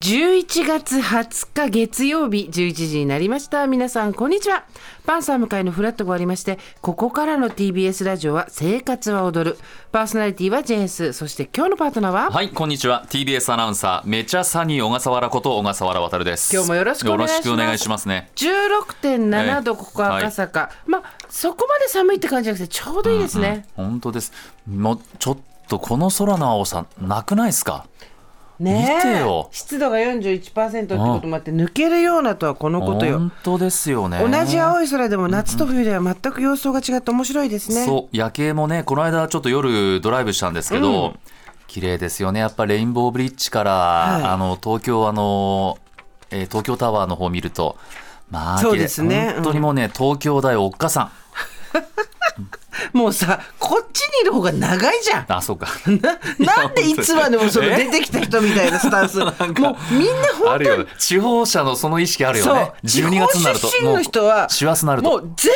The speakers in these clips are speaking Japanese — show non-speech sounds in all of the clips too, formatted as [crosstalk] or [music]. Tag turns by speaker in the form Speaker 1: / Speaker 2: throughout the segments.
Speaker 1: 4月20日月曜日11時になりました皆さんこんにちはパンサー向かいのフラットがありましてここからの TBS ラジオは「生活は踊る」パーソナリティはジェンスそして今日のパートナーは、
Speaker 2: はい、こんにちは。TBS アナウンサー、めちゃさに小笠原こと小笠原渉です。
Speaker 1: 今日もよろしくお願いします
Speaker 2: よろしくお願いしますね。
Speaker 1: 16.7度
Speaker 2: ええ
Speaker 1: ここ赤坂、まあそこまで寒いって感じじゃなくてちょうどいいですね、
Speaker 2: 本当です。もう、ちょっとこの空の青さ、なくないですか
Speaker 1: ねえ
Speaker 2: 見てよ
Speaker 1: 湿度が41%ってこともあって抜けるようなとはこのことよ
Speaker 2: 本当ですよね。
Speaker 1: 同じ青い空でも夏と冬では全く様相が違って面白いですね、
Speaker 2: そう、夜景もね、この間ちょっと夜ドライブしたんですけど、綺麗ですよね。やっぱレインボーブリッジから、
Speaker 1: い
Speaker 2: あの、東京、あの、えー東京タワーの方見ると、まあ、
Speaker 1: そうですね
Speaker 2: 綺麗本当にもうね、東京大おっかさ
Speaker 1: もうさこっちにいる方が長いじゃん
Speaker 2: ん。あ、そうか。
Speaker 1: [laughs] なんでいつまでもその
Speaker 2: え
Speaker 1: 出てきた人みたいなスタン
Speaker 2: [laughs]
Speaker 1: スもうみんな
Speaker 2: あ
Speaker 1: 本
Speaker 2: る
Speaker 1: 当
Speaker 2: よ
Speaker 1: に
Speaker 2: ね地方者のその意識あるよね。
Speaker 1: そう
Speaker 2: 12月になると。
Speaker 1: 地方出身の人は
Speaker 2: もう師走になると。
Speaker 1: もう全然こ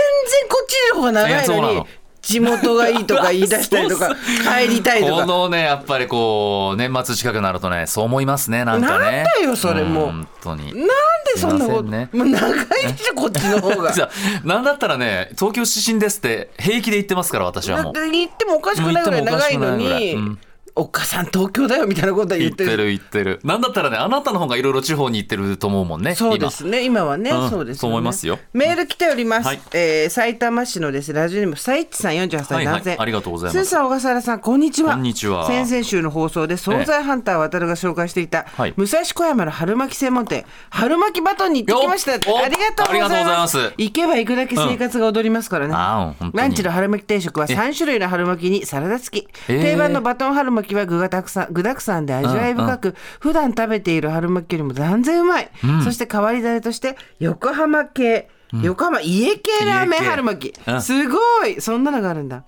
Speaker 1: っちにいる方が長い
Speaker 2: いや
Speaker 1: の
Speaker 2: そうな
Speaker 1: に
Speaker 2: の
Speaker 1: 地元がいいとか言い出したりと
Speaker 2: [laughs]
Speaker 1: か帰りたいと
Speaker 2: こ
Speaker 1: か
Speaker 2: のね、やっぱりこう、年末近くなるとね、そう思いますね、なんか
Speaker 1: な
Speaker 2: ね。
Speaker 1: んだよそれもう
Speaker 2: 本当に。
Speaker 1: なんでそんなこと、
Speaker 2: すいませんね
Speaker 1: もう長いでしょこっちの方が。
Speaker 2: [laughs] じゃあなんだったらね、東京出身ですって平気で言ってますから、私は
Speaker 1: だ
Speaker 2: も
Speaker 1: っ
Speaker 2: う
Speaker 1: て。言ってもおかしくないぐらい長いの
Speaker 2: 言ってもおかしくないぐら
Speaker 1: に
Speaker 2: いうん
Speaker 1: おっかさん東京だよみたいなことは言
Speaker 2: 言
Speaker 1: っ
Speaker 2: って
Speaker 1: る
Speaker 2: てる言ってる。なんだったらね、あなたの方がいろいろ地方に行ってると思うもんね、
Speaker 1: そうですね今はね、
Speaker 2: うん
Speaker 1: そうです
Speaker 2: そう思いますよ
Speaker 1: メール来ております、
Speaker 2: はい
Speaker 1: えー埼玉市のですねラジオネームさいちさん48歳
Speaker 2: はいはい
Speaker 1: 男性、
Speaker 2: ありがとうございます
Speaker 1: スーさん小笠原さんこんにちは
Speaker 2: こんにちは
Speaker 1: 先々週の放送で惣菜ハンター渡るが紹介していた、
Speaker 2: はい
Speaker 1: 武蔵小山の春巻き専門店春巻きバトンに行ってきました
Speaker 2: よ
Speaker 1: あ
Speaker 2: っ
Speaker 1: り
Speaker 2: お
Speaker 1: がとうございます
Speaker 2: ありがとうございます
Speaker 1: 行けば行くだけ生活が踊りますからね、
Speaker 2: うんあーうん本当に
Speaker 1: ランチの春巻き定食は
Speaker 2: え
Speaker 1: 3種類の春巻きにサラダ付き、
Speaker 2: えー
Speaker 1: 定番のバトン春巻きは具がたくさん具だくさんで味わい深く、普段食べている春巻きよりも断然うまい、そして変わり種として横浜系、横浜家系ラーメン
Speaker 2: 家系
Speaker 1: 春巻き、
Speaker 2: うん
Speaker 1: すごいそんなのがあるんだ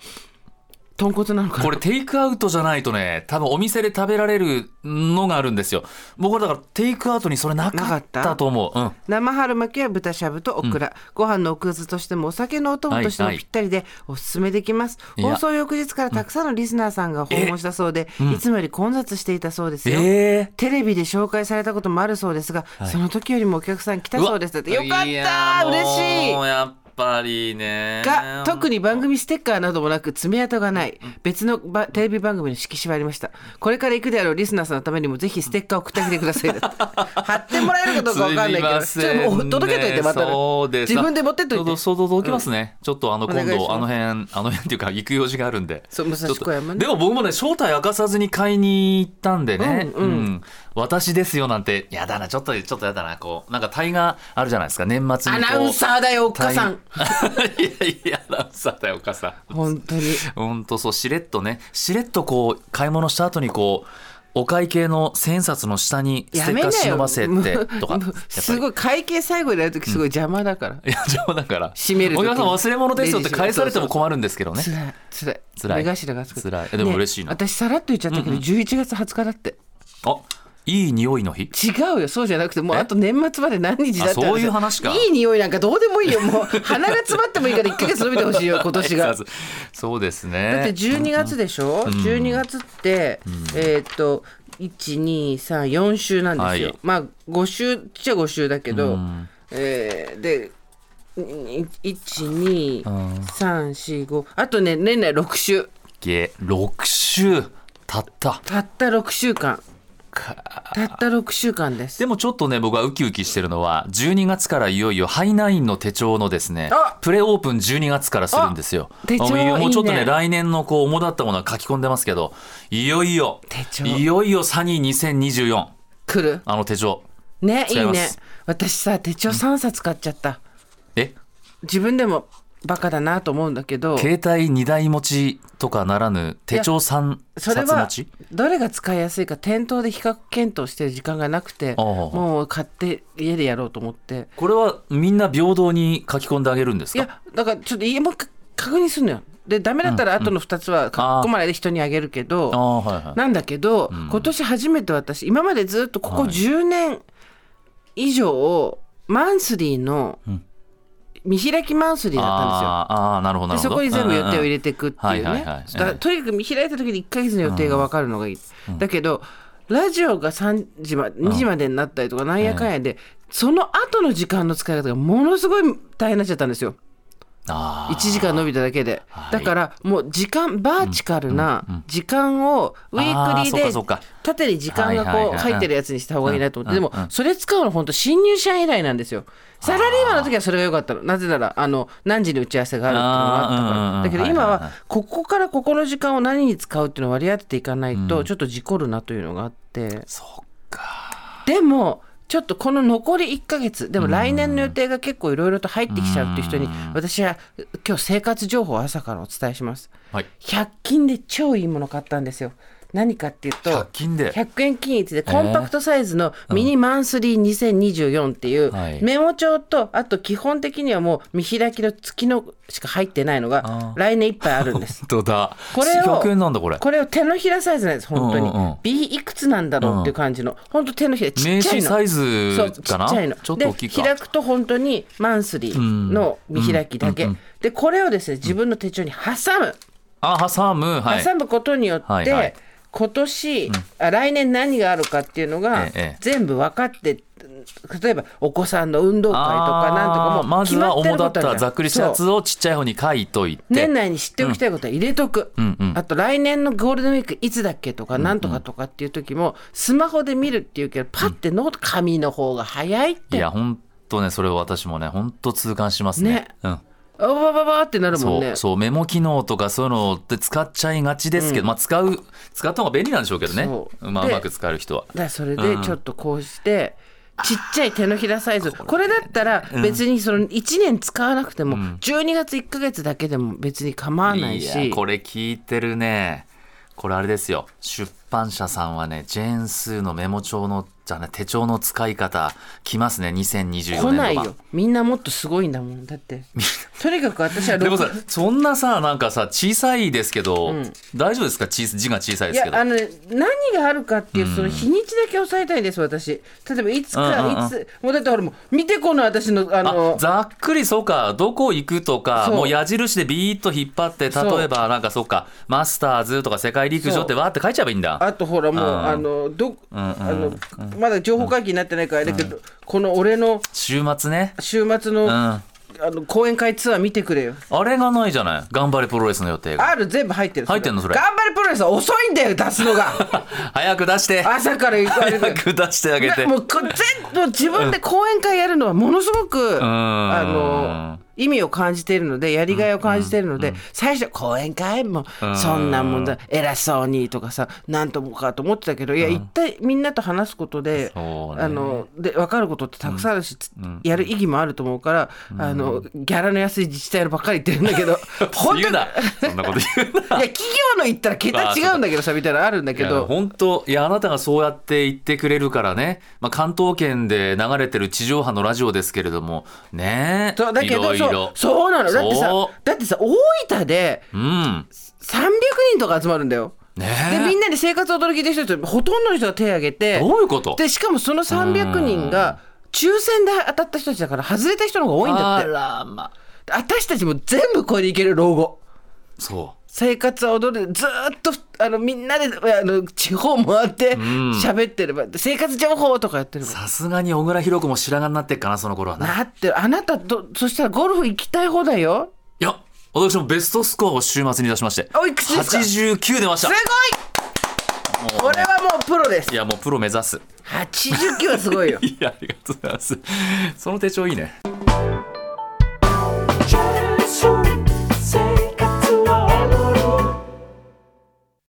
Speaker 1: 豚骨なのかな
Speaker 2: これテイクアウトじゃないとね、多分お店で食べられるのがあるんですよ。僕はだからテイクアウトにそれなかったと思う。うん。
Speaker 1: 生春巻きは豚しゃぶとオクラ、ご飯のおくずとしてもお酒のお供としても
Speaker 2: はいはい
Speaker 1: ぴったりでおすすめできます、
Speaker 2: いや
Speaker 1: 放送翌日からたくさんのリスナーさんが訪問したそうで、いつもより混雑していたそうですよ、
Speaker 2: ええ
Speaker 1: テレビで紹介されたこともあるそうですが、その時よりもお客さん来たそうですだってよかった
Speaker 2: いやー
Speaker 1: 嬉しい
Speaker 2: もうやっぱりね
Speaker 1: が特に番組ステッカーなどもなく爪痕がない別のばテレビ番組の色紙はありましたこれから行くであろうリスナーさんのためにもぜひステッカーを送ってきてくださいだ
Speaker 2: [laughs]
Speaker 1: って貼ってもらえるかどうかわかんないけど
Speaker 2: すいません
Speaker 1: ちょっともう届けといてまた
Speaker 2: そうです
Speaker 1: 自分で持ってっとい
Speaker 2: ちょ
Speaker 1: て
Speaker 2: うそう届きますね、ちょっとあの
Speaker 1: お願い
Speaker 2: 今
Speaker 1: します
Speaker 2: 度あの辺あの辺っていうか行く用事があるんで
Speaker 1: そう武蔵小山ね
Speaker 2: ちょっとでも僕もね正体明かさずに買いに行ったんでね、
Speaker 1: うんうん
Speaker 2: 私ですよなんてやだなちょっとちょっとやだなこうなんかタイがあるじゃないですか年末
Speaker 1: ア
Speaker 2: にこう
Speaker 1: ナウンサーだよおっか
Speaker 2: タイ
Speaker 1: さん
Speaker 2: いや [laughs] いやアナウンサーだよお母さん
Speaker 1: 本当に
Speaker 2: うんとそうしれっとねしれっとこう買い物した後にこうお会計の千円札の下にス
Speaker 1: や
Speaker 2: テッ
Speaker 1: め
Speaker 2: カー
Speaker 1: な
Speaker 2: 忍
Speaker 1: よ
Speaker 2: ばせってとかやっ
Speaker 1: もう
Speaker 2: ぱり
Speaker 1: すごい会計最後になる時すごい邪魔だから、
Speaker 2: いや邪魔だから
Speaker 1: 閉める時
Speaker 2: お客さん忘れ物ですよって返されても困るんですけどね
Speaker 1: つらいつらい
Speaker 2: 辛
Speaker 1: 目
Speaker 2: い
Speaker 1: 頭が熱くて
Speaker 2: 辛いでも嬉しいな
Speaker 1: ね私さらっと言っちゃったけど、11月20日だって
Speaker 2: あいい匂いの日
Speaker 1: 違うよそうじゃなくてもう
Speaker 2: え
Speaker 1: あと年末まで何日だって
Speaker 2: あそういう話か
Speaker 1: いい匂いなんかどうでもいいよもう鼻が詰まってもいいから1ヶ月伸びてほしい
Speaker 2: [laughs]
Speaker 1: よ今年が
Speaker 2: 挨拶そうです
Speaker 1: だって
Speaker 2: ね
Speaker 1: 12月でしょ、12月って、えーっと1234週なんですよ、
Speaker 2: はい
Speaker 1: まあ5週っちゃ5週だけど、えーで12345あとね年内6週
Speaker 2: げ6週経った
Speaker 1: たった6週間たった6週間です
Speaker 2: でもちょっとね僕はウキウキしてるのは12月からいよいよハイナインの手帳のですね
Speaker 1: あ
Speaker 2: プレオープン12月からするんですよ
Speaker 1: あ手帳
Speaker 2: もうもうちょっと
Speaker 1: いい
Speaker 2: ね
Speaker 1: ね
Speaker 2: 来年のこう主だったものは書き込んでますけどいよいよ
Speaker 1: 手帳
Speaker 2: いよいよサニー2024
Speaker 1: 来る
Speaker 2: あの手帳
Speaker 1: ねい
Speaker 2: 違
Speaker 1: い
Speaker 2: いま
Speaker 1: ね
Speaker 2: す
Speaker 1: 私さ手帳3冊買っちゃった、
Speaker 2: え
Speaker 1: 自分でもバカだなと思うんだけど
Speaker 2: 携帯2台持ちとかならぬ手帳3
Speaker 1: それ
Speaker 2: 冊持
Speaker 1: は
Speaker 2: ち
Speaker 1: どれが使いやすいか店頭で比較検討してる時間がなくて
Speaker 2: ああ
Speaker 1: もう買って家でやろうと思って
Speaker 2: これはみんな平等に書き込んであげるんです
Speaker 1: い
Speaker 2: か
Speaker 1: やだからちょっと家もうか確認するのよでダメだったら後の2つは
Speaker 2: あ
Speaker 1: 書き込まないで人にあげるけど、
Speaker 2: ああはいはい
Speaker 1: なんだけど、今年初めて私今までずっとここ10年以上マンスリーの見開きマンスリーだったんですよ。
Speaker 2: ああああなるほどな
Speaker 1: で
Speaker 2: る
Speaker 1: そ
Speaker 2: ほど
Speaker 1: こに全部予定を入
Speaker 2: れ
Speaker 1: れていくっていうね、
Speaker 2: うんうんはいはいはい
Speaker 1: だからとにかく見開いた時に1か月の予定が分かるのがいい、だけどラジオが3時まで2時までになったりとかなんやかんやで、その後の時間の使い方がものすごい大変になっちゃったんですよ
Speaker 2: あー
Speaker 1: 1時間伸びただけで
Speaker 2: はい
Speaker 1: だからもう時間バーチカルな時間をウィークリー
Speaker 2: あーそう
Speaker 1: で
Speaker 2: かそうか
Speaker 1: 縦に時間が
Speaker 2: はいはい
Speaker 1: こ
Speaker 2: は
Speaker 1: う
Speaker 2: い
Speaker 1: 入ってるやつにした方がいいなと思ってで
Speaker 2: うん
Speaker 1: もそれ使うの本当新入社員以来なんですよサラリーマンの時はそれが良かったのなぜならあの何時に打ち合わせがあるっていうのがあったからだけ
Speaker 2: あーうんうんうん
Speaker 1: ど今
Speaker 2: はいはい
Speaker 1: は
Speaker 2: は
Speaker 1: ここからここの時間を何に使うっていうのを割り当てていかないとちょっと事故るなというのがあって
Speaker 2: そっか
Speaker 1: でもちょっとこの残り1ヶ月でも来年の予定が結構いろいろと入ってきちゃうっていう人に私は今日生活情報を朝からお伝えします
Speaker 2: はい
Speaker 1: 100均で超いいもの買ったんですよ何かっていうと
Speaker 2: 100均で
Speaker 1: 100円均一でコンパクトサイズのミニマンスリー2024っていう
Speaker 2: はい
Speaker 1: メモ帳とあと基本的にはもう見開きの月のしか入ってないのが
Speaker 2: あー
Speaker 1: 来年いっぱいあるん
Speaker 2: [laughs]
Speaker 1: です
Speaker 2: 本当だ
Speaker 1: これを
Speaker 2: 100円なんだこれ
Speaker 1: これを手のひらサイズなんです本当に、
Speaker 2: うんうんうん
Speaker 1: B いくつなんだろうっていう感じの本当手のひらちっちゃいの
Speaker 2: 名刺サイズ
Speaker 1: そうちっち
Speaker 2: かな
Speaker 1: ゃいの
Speaker 2: ちょっと大きい
Speaker 1: で
Speaker 2: か
Speaker 1: 開くと本当にマンスリーの見開きだけ、でこれをですね自分の手帳に挟む、
Speaker 2: あ挟むはい
Speaker 1: 挟むことによって、
Speaker 2: はいはい
Speaker 1: 今年、あ来年何があるかっていうのが
Speaker 2: ええ
Speaker 1: 全部分かって例えばお子さんの運動会とかなんとか
Speaker 2: あ
Speaker 1: も
Speaker 2: ー
Speaker 1: う
Speaker 2: ま
Speaker 1: 決
Speaker 2: ず
Speaker 1: ま
Speaker 2: は
Speaker 1: ってる
Speaker 2: 主だ
Speaker 1: こ
Speaker 2: っ
Speaker 1: とあるじゃん
Speaker 2: たらざっくりしたやつをちっちゃい方に書いといて
Speaker 1: 年内に知っておきたいことは入れとく、あと来年のゴールデンウィークいつだっけとかなんとかとかっていう時もスマホで見るっていうけどパッてノート紙の方が早いっ
Speaker 2: い
Speaker 1: て
Speaker 2: や本当ねそれを私もね本当痛感します
Speaker 1: ね
Speaker 2: ねうん
Speaker 1: あばばばばってなるもん
Speaker 2: そう、
Speaker 1: ね
Speaker 2: そうメモ機能とかそういうのって使っちゃいがちですけど、まあ使う使った方が便利なんでしょうけどね,、
Speaker 1: そう
Speaker 2: まあ、
Speaker 1: で
Speaker 2: うまく使える人は
Speaker 1: だからそれでちょっとこうして、ちっちゃい手のひらサイズこれだったら別にその1年使わなくても12月1ヶ月だけでも別に構わないし
Speaker 2: やこれ聞いてるねこれあれですよ出版社さんはねジェーン・スーのメモ帳のじゃあね手帳の使い方来ますね2024年度
Speaker 1: 来
Speaker 2: 版
Speaker 1: ないよみんなもっとすごいんだもんだってとにかく私は
Speaker 2: でも
Speaker 1: 六
Speaker 2: さそんなさなんかさ小さいですけど、大丈夫ですか小さ字が小さい
Speaker 1: い
Speaker 2: です
Speaker 1: や
Speaker 2: けど
Speaker 1: あのね何があるかっていうその日にちだけ抑えたいんです私例えばいつ
Speaker 2: うんうんうん
Speaker 1: かいつもうだってほらもう見てこの私のあの
Speaker 2: あざっくりそうかどこ行くとか
Speaker 1: そう
Speaker 2: もう矢印でビーッと引っ張って
Speaker 1: そう
Speaker 2: 例えばなんかそうかマスターズとか世界陸上ってわーって書いちゃえばいいんだ
Speaker 1: あとほらもう、
Speaker 2: うん
Speaker 1: あのど、あのまだ情報解禁になってないからあれだけど、この俺の
Speaker 2: 週末ね
Speaker 1: 週末の,、
Speaker 2: うん
Speaker 1: あ
Speaker 2: あ
Speaker 1: の講演会ツアー見てくれよ
Speaker 2: れがないじゃない頑張れプロレスの予定が
Speaker 1: R 全部入ってる
Speaker 2: 入ってんのそれ
Speaker 1: 頑張れプロレスは遅いんだよ出すの
Speaker 2: [laughs]
Speaker 1: が
Speaker 2: 早く出して
Speaker 1: 朝から行かれて
Speaker 2: 早く出してあげて
Speaker 1: なもうこ全部自分で講演会やるのはものすごく、あの意味を感じているのでやりがいを感じているので、最初講演会もそんなもんだ偉そうにとかさなんともかと思ってたけどいや一体みんなと話すことで,、
Speaker 2: そうね
Speaker 1: あので分かることってたくさんあるし、やる意義もあると思うから、あのギャラの安い自治体のばっかり言ってるんだけど本
Speaker 2: [laughs]
Speaker 1: 当にい
Speaker 2: 言うなそんなこと言うな
Speaker 1: や企業の言ったら桁違うんだけどさみたいなのあるんだけ
Speaker 2: いや
Speaker 1: ど。
Speaker 2: 本当いやあなたがそうやって言ってくれるからね、まあ、関東圏で流れてる地上波のラジオですけれどもね
Speaker 1: そうだけ
Speaker 2: いろ
Speaker 1: ど
Speaker 2: い
Speaker 1: そう
Speaker 2: ろ
Speaker 1: そうなのだってさ
Speaker 2: そう
Speaker 1: だってさ大分で
Speaker 2: うん
Speaker 1: 300人とか集まるんだよ。
Speaker 2: ね
Speaker 1: でみんなで生活を驚きでる人ってほとんどの人が手を挙げて
Speaker 2: どういうこと
Speaker 1: でしかもその300人が抽選で当たった人たちだから外れた人の方が多いんだっ
Speaker 2: あ
Speaker 1: て
Speaker 2: らま
Speaker 1: 私たちも全部これでいける老後
Speaker 2: そ
Speaker 1: 生活は踊るずーっとあのみんなであの地方回って喋ってれば、生活情報とかやってれば
Speaker 2: うさすがに小倉弘子も白髪になってっかなその頃はな
Speaker 1: なってるあなたとそしたらゴルフ行きたい方だよ
Speaker 2: いや私もベストスコアを週末に出しまして
Speaker 1: おいくつですか
Speaker 2: 89出まし
Speaker 1: す
Speaker 2: た
Speaker 1: ごいこれはもうプロです
Speaker 2: いやもうプロ目指す
Speaker 1: 89はすごいよ
Speaker 2: いやありがとうございますその手帳いいね